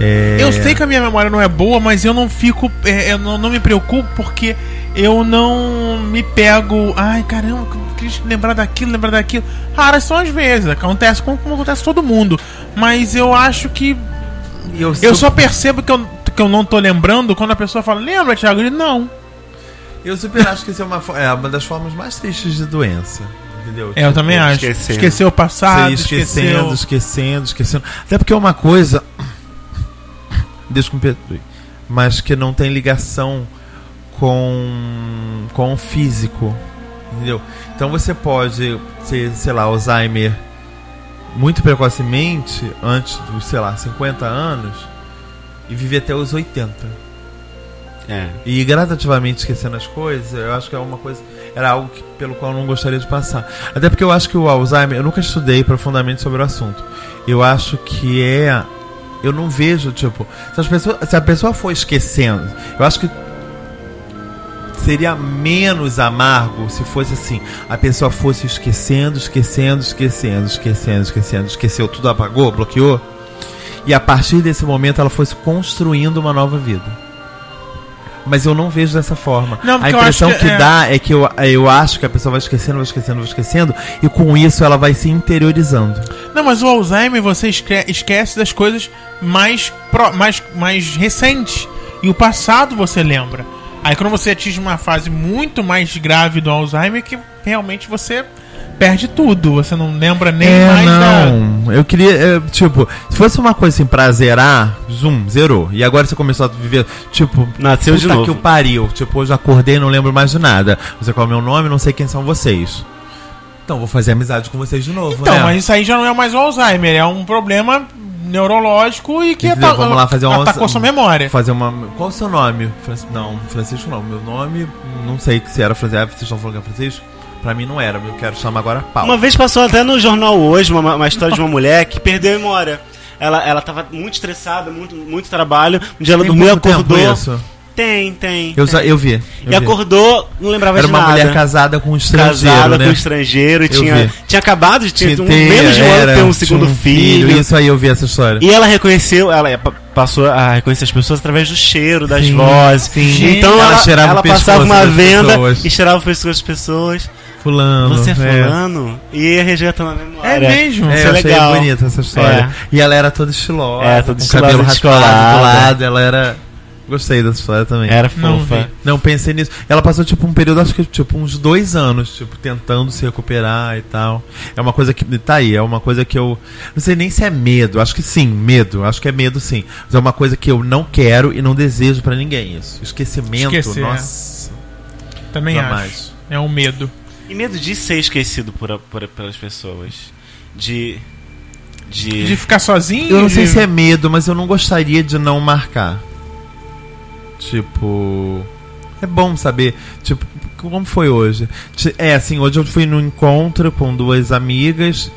É, Eu sei que a minha memória não é boa, mas eu não fico. é, Eu não, não me preocupo porque eu não me pego. Ai, caramba, eu quis lembrar daquilo, lembrar daquilo. Raras são as vezes, acontece como, como acontece com todo mundo. Mas eu acho que. eu, Eu só percebo que eu, que eu não tô lembrando quando a pessoa fala, lembra, Thiago? Eu digo, não. eu super acho que isso é uma, fo- é uma das formas mais tristes de doença. Entendeu? É, eu Tipo, também acho. esquecendo. Esqueceu o Você passado, ia esquecendo, esqueceu. esquecendo, esquecendo. Até porque é uma coisa. Deus que me perdoe. Mas que não tem ligação com, com o físico. Entendeu? Então você pode ter, sei lá, Alzheimer muito precocemente, antes dos, sei lá, 50 anos, e viver até os 80. É. E gradativamente esquecendo as coisas, eu acho que é uma coisa. Era algo que- pelo qual eu não gostaria de passar. Até porque eu acho que o Alzheimer, eu nunca estudei profundamente sobre o assunto. Eu acho que é. Eu não vejo, tipo. Se, as pessoas, se a pessoa for esquecendo, eu acho que. Seria menos amargo se fosse assim: a pessoa fosse esquecendo, esquecendo, esquecendo, esquecendo, esquecendo, esqueceu tudo, apagou, bloqueou. E a partir desse momento ela fosse construindo uma nova vida. Mas eu não vejo dessa forma. Não, a porque eu impressão acho que, que- é. dá é que eu, eu acho que a pessoa vai esquecendo, vai esquecendo, vai esquecendo, e com isso ela vai se interiorizando. Não, mas o Alzheimer você esque- esquece das coisas mais, pró- mais, mais recentes. E o passado você lembra. Aí quando você atinge uma fase muito mais grave do Alzheimer, que realmente você perde tudo. Você não lembra nem é, mais da. não. Eu queria, é, tipo, se fosse uma coisa assim pra zerar, zoom, zerou. E agora você começou a viver, tipo, Nasceu de puta novo. que o pariu. Tipo, hoje eu acordei e não lembro mais de nada. Você qual é o meu nome, não sei quem são vocês. Então vou fazer amizade com vocês de novo, Então, né? mas isso aí já não é mais o Alzheimer, é um problema neurológico e que Entendeu? ata- Vamos lá fazer um atacou Alzheimer. tá sua memória. Fazer uma. Qual o seu nome? Franci- Não, Francisco não. Meu nome, não sei se era Francisco. Ah, vocês estão falando que é Francisco? Pra mim não era, eu quero chamar agora Paulo. Uma vez passou até no jornal hoje uma, uma história de uma mulher que perdeu a memória. Ela, ela tava muito estressada, muito, muito trabalho. Um dia ela Tem dormiu, pouco tempo acordou. isso? Tem, tem. Eu, tem. já, eu vi. eu e vi. acordou, não lembrava Era de uma nada. mulher casada com um estrangeiro, casada né? com estrangeiro e Eu tinha, vi. tinha acabado de ter um, Tinha- menos de um ano era, ter um tinha segundo filho. Isso aí eu vi essa história. E ela reconheceu, ela é, pa- passou a reconhecer as pessoas através do cheiro, das Sim, vozes. sim. Então Ela ela, cheirava ela, o pescoço passava uma das venda pessoas. e cheirava o pescoço das pessoas. Fulano. Você é é. fulano? E ia rejeitando a É memória. mesmo. É, Isso é eu achei legal. bonita essa história. E ela era toda estilosa. É, toda com estilosa, cabelo raspado do descolada. lado. Ela era. Gostei dessa história também. Era Não fofa. vi. Não, pensei nisso. Ela passou, tipo, um período, acho que, tipo, uns dois anos, tipo, tentando se recuperar e tal. É uma coisa que. Tá aí, é uma coisa que eu. Não sei nem se é medo. Acho que sim, medo. Acho que é medo, sim. Mas é uma coisa que eu não quero e não desejo pra ninguém isso. Esquecimento, Esquecer, é. nossa. Também acho. Jamais. É um medo. E medo de ser esquecido por, a- por- pelas pessoas. De. De. De ficar sozinho. Eu não sei de- se é medo, mas eu não gostaria de não marcar. Tipo. É bom saber. Tipo, como foi hoje? Ti- É, assim, hoje eu fui num encontro com duas amigas.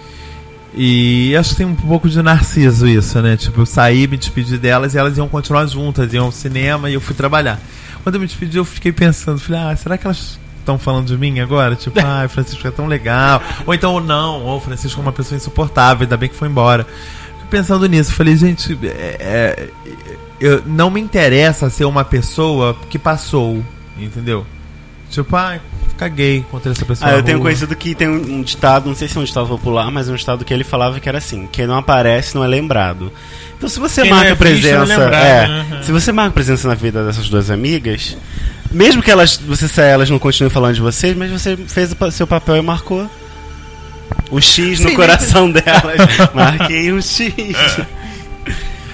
E acho que tem um pouco de narciso isso, né? Tipo, eu saí, me despedi delas e elas iam continuar juntas, iam ao cinema e eu fui trabalhar. Quando eu me despedi, eu fiquei pensando, falei, ah, será que elas estão falando de mim agora? Tipo, ai, Francisco é tão legal. Ou então, ou não, ou Francisco é uma pessoa insuportável, ainda bem que foi embora. Fiquei pensando nisso, falei, gente, é, é, eu, não me interessa ser uma pessoa que passou, entendeu? Tipo, ai, caguei, encontrei essa pessoa. Ah, na eu tenho rua. conhecido que tem um um ditado, não sei se é um ditado popular, mas é um ditado que ele falava que era assim: quem não aparece não é lembrado. Então, se você Quem não marca é visto não é presença, lembrado, é, né? se você marca presença na vida dessas duas amigas, mesmo que elas, você saia, elas não continuem falando de vocês, mas você fez o pa- seu papel e marcou o X Sim, no né? coração delas. Marquei um X. É.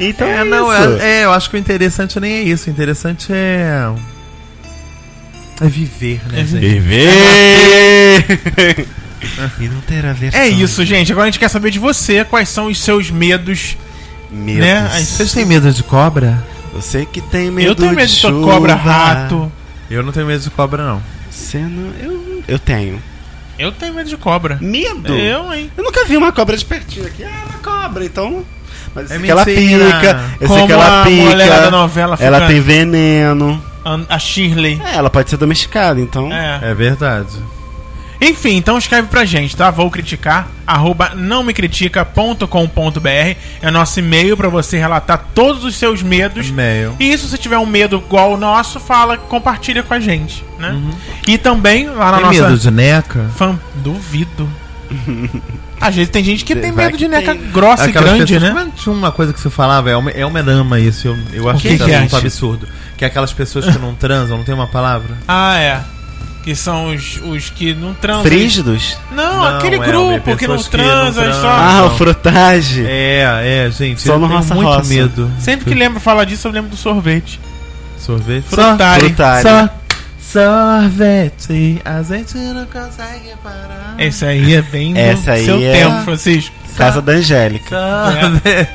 Então, É, é não, isso. é, é, eu acho que o interessante nem é isso. O interessante é. É viver, né, É gente? Viver! e não ter a ver É Ah. isso, gente. Agora a gente quer saber de você quais são os seus medos. Medos. Né? Aí você Vocês têm medo de cobra? Você que tem medo eu tenho medo de, chuva, cobra rato. Eu não tenho medo de cobra, não. Você não, eu, Eu tenho. Eu tenho medo de cobra. Medo? Eu, hein? Eu nunca vi uma cobra de pertinho aqui. Ah, uma cobra, então. Mas eu É sei que ela mentira. pica, eu sei Como que ela a mulher pica. da novela ela fica- tem veneno. An- A Shirley. É, ela pode ser domesticada, então. É. É verdade. Enfim, então escreve pra gente, tá? Vou criticar, arroba nãomecritica.com.br é o nosso e-mail pra você relatar todos os seus medos. E-mail. E isso, se tiver um medo igual o nosso, fala, compartilha com a gente, né? Uhum. E também lá na Tem nossa medo de neca? fan... Duvido. Às vezes tem gente que tem Vai medo de que neca tem. grossa e grande, pessoas, né? Mas tinha uma coisa que você falava, é uma, é uma dama isso, eu, eu acho que que, que isso é acha? um absurdo. Que é aquelas pessoas que não transam, não tem uma palavra? Ah, é. Que são os, os que não transam. Frígidos? Não, Não, aquele é, grupo que não pessoas que não transa, e só. transam. Ah, não. o frotagem. É, é, gente. Só eu no tenho roça, muito roça. medo. Sempre que lembro falar disso, eu lembro do sorvete. Sorvete. Frutari. Frutari. Só, sorvete. A gente não consegue parar. Esse aí é bem do Essa aí seu é- tempo, Francisco. Casa da Angélica. Sorvete.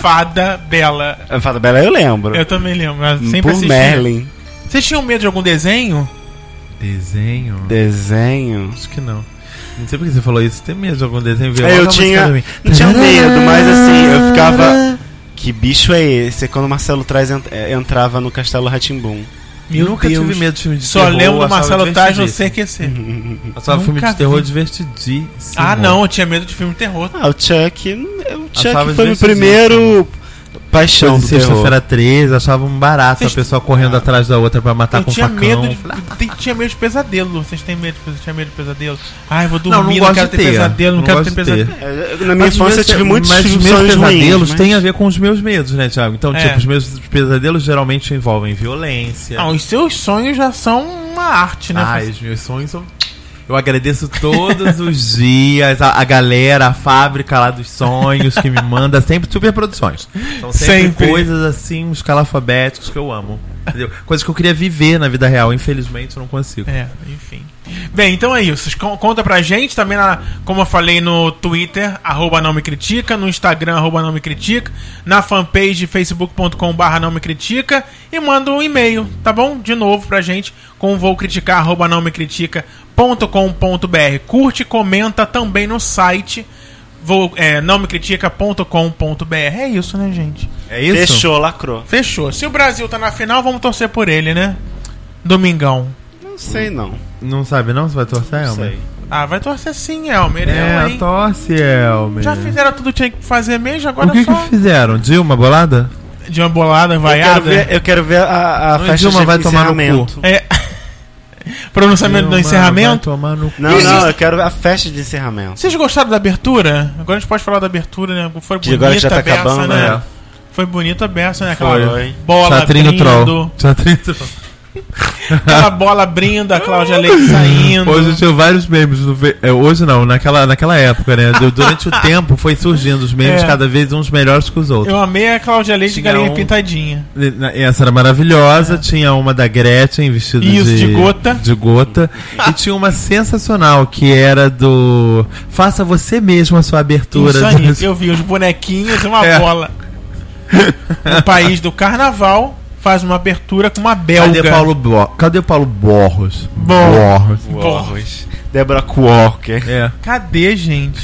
Fada Bela. A Fada Bela eu lembro. Eu também lembro, Hum, eu sempre Por assisti. Merlin. Vocês tinham medo de algum desenho? Desenho? Desenho. Acho que não. Não sei porque você falou isso. Tem medo de algum desenho? Vê É, logo eu a música tinha- pra mim. não tinha medo, mas assim, eu ficava- Que bicho é esse? É Quando o Marcelo Traz ent- é, entrava no Castelo Ratimbum. Meu Nunca Deus. tive medo de filme de Uhum. Só terror. lembro do eu achava Marcelo Taz no divertidíssimo. CQC. Passava filme Nunca de terror vi. divertidíssimo. Ah, não, eu tinha medo de filme de terror. Ah, o Chuck. O Chuck Achava foi meu divertidíssimo. primeiro paixão Coisa do de terror. sexta-feira 13, achava um barato Vocês- a pessoa correndo atrás da outra pra matar Ah. eu Tá com tinha facão. medo Falei, de. tem- Tinha medo de pesadelo. Vocês têm medo de tinha medo de pesadelo? Ai, vou Não, não dormir, não, gosto quero de ter ter. pesadelo, não, Não quero ter gosto de ter. pesadelo. É, Na minha Mas infância eu meus- tive muitos mas os meus sonhos pesadelos ruins. mas- têm a ver com os meus medos, né, Thiago? Então, É. tipo, os meus pesadelos geralmente envolvem violência. Ah, Não, os seus sonhos já são uma arte, né? Ai, os meus sonhos são. Eu agradeço todos os dias a, a galera, a fábrica lá dos sonhos que me manda sempre super produções. São sempre, Sempre. coisas assim, os calafabéticos que eu amo. Entendeu? Coisas que eu queria viver na vida real, infelizmente eu não consigo. É, enfim. Bem, então é isso. Con- Conta pra gente também, na, como eu falei no Twitter, arroba não me critica, no Instagram, arroba não me critica, na fanpage facebook.com barra não me critica e manda um e-mail, tá bom? De novo pra gente, com vou criticar, arroba não me critica.com.br. Curte, comenta também no site vou, é, não me critica.com.br. É isso, né, gente? É isso? Fechou, lacrou. Fechou. Se o Brasil tá na final, vamos torcer por ele, né? Domingão. Não sei não. Não sabe não? Você vai torcer, Não Elmer? sei. Ah, vai torcer sim, Elmer. Elmer, É, hein? torce, Elmer. Já fizeram tudo que tinha que fazer mesmo, agora O que, só que fizeram? Dilma bolada? de uma bolada, Eu quero vaiada. ver, eu quero ver a, a Não, festa Dilma de vai tomar no encerramento. É. Pronunciamento do Dilma encerramento. vai tomar no cu. Não, Existe- não, eu quero a festa de encerramento. Vocês gostaram da abertura? Agora a gente pode falar da abertura, né? Foi Que agora que já tá a beça, acabando, né? né? Foi bonita a beça, né? Aquela Foi. bola Chatrinho troll. brindo. Chatrinho troll. Aquela bola brindo, a Cláudia Leite saindo. Hoje tinha vários memes. no Fe- é, hoje não, naquela, naquela época, né? Du- Durante o tempo foi surgindo os memes, É. cada vez uns melhores que os outros. Eu amei a Cláudia Leite de Tinha galinha um- pintadinha. Essa era maravilhosa. Tinha uma da Gretchen vestida É. Isso, de gota. de gota. e tinha uma sensacional que era do Faça você mesmo a sua abertura. Isso aí, eu vi os bonequinhos e uma né? É. bola. No país do carnaval, faz uma abertura com uma belga. Cadê Paulo, Bo... Cadê Paulo Borros? Bom. Borros. Borros. Débora Walker. É. Cadê, gente?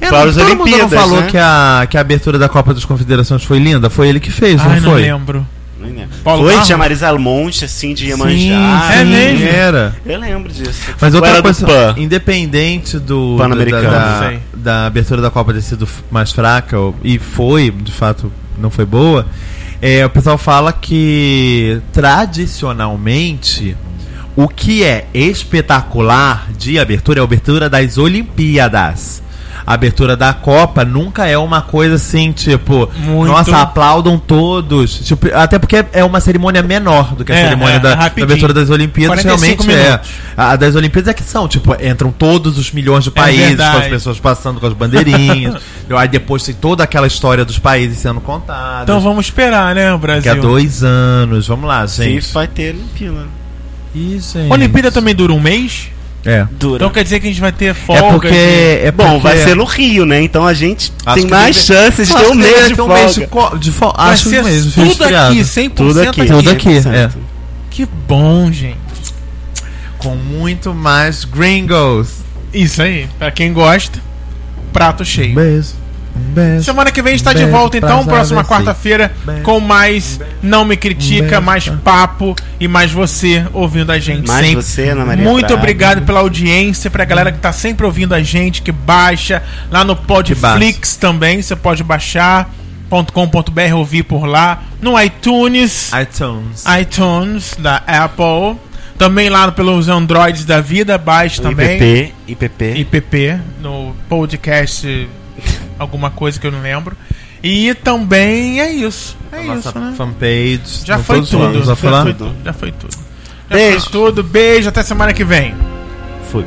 É, Para não- as todo mundo não Olimpíadas, falou né? que, a, que a abertura da Copa das Confederações foi linda? Foi ele que fez, Ai, não não foi? lembro. Não lembro. Paulo Foi, Barros? tinha Marisa Monte, assim, de Sim, Iemanjá. É sim, mesmo? Era. Eu lembro disso. Mas Ou outra era coisa, do Pan. independente do da, Pan-Americano, da- não sei. da abertura da Copa ter sido f- mais fraca ou- e foi, de fato, não foi boa. é, o pessoal fala que tradicionalmente o que é espetacular de abertura é a abertura das Olimpíadas. A abertura da Copa nunca é uma coisa assim, tipo, Muito. nossa, aplaudam todos. Tipo, até porque é uma cerimônia menor do que a É, cerimônia é, da, da rapidinho. abertura das Olimpíadas, 45 realmente é. minutos. A das Olimpíadas é que são, tipo, entram todos os milhões de países, com as É verdade. pessoas passando com as bandeirinhas. aí depois tem toda aquela história dos países sendo contada. Então vamos esperar, né, o que há Brasil? dois anos, vamos lá, gente. Sim, vai ter Olimpíada. Ih, gente. Olimpíada também dura um mês? É. Dura. Então quer dizer que a gente vai ter folga? É porque. de- É Bom, porque- vai ser no Rio, né? Então a gente Acho tem que mais deve- chances de Acho ter um que mês deve de ter um folga. mês de co- de fo- Vai Acho ser mesmo, tudo feriado. aqui, 100% Tudo aqui. aqui. Tudo aqui, é. Que bom, gente. com muito mais gringos. Isso aí. Pra quem gosta, prato cheio. beijo. Um beijo. Semana que vem a gente tá de Beijo volta, então, pras próxima ABC. quarta-feira, Beijo. com mais Não Me Critica, Beijo. mais papo e mais você ouvindo a gente Mais sempre. você, Ana Maria Muito Braga. obrigado pela audiência, pra galera que tá sempre ouvindo a gente, que baixa lá no Podflix também, você pode baixar .com.br ouvir por lá, no iTunes, iTunes. iTunes da Apple, também lá pelos Androids da vida, baixa também. IPP, IPP. IPP, no podcast alguma coisa que eu não lembro. E também é isso. É nossa isso, né? fanpage. Já Não foi todos os tudo. lados, Já vai falar? foi tudo. Já foi tudo. Já Beijo. foi tudo. Beijo, até semana que vem. Fui.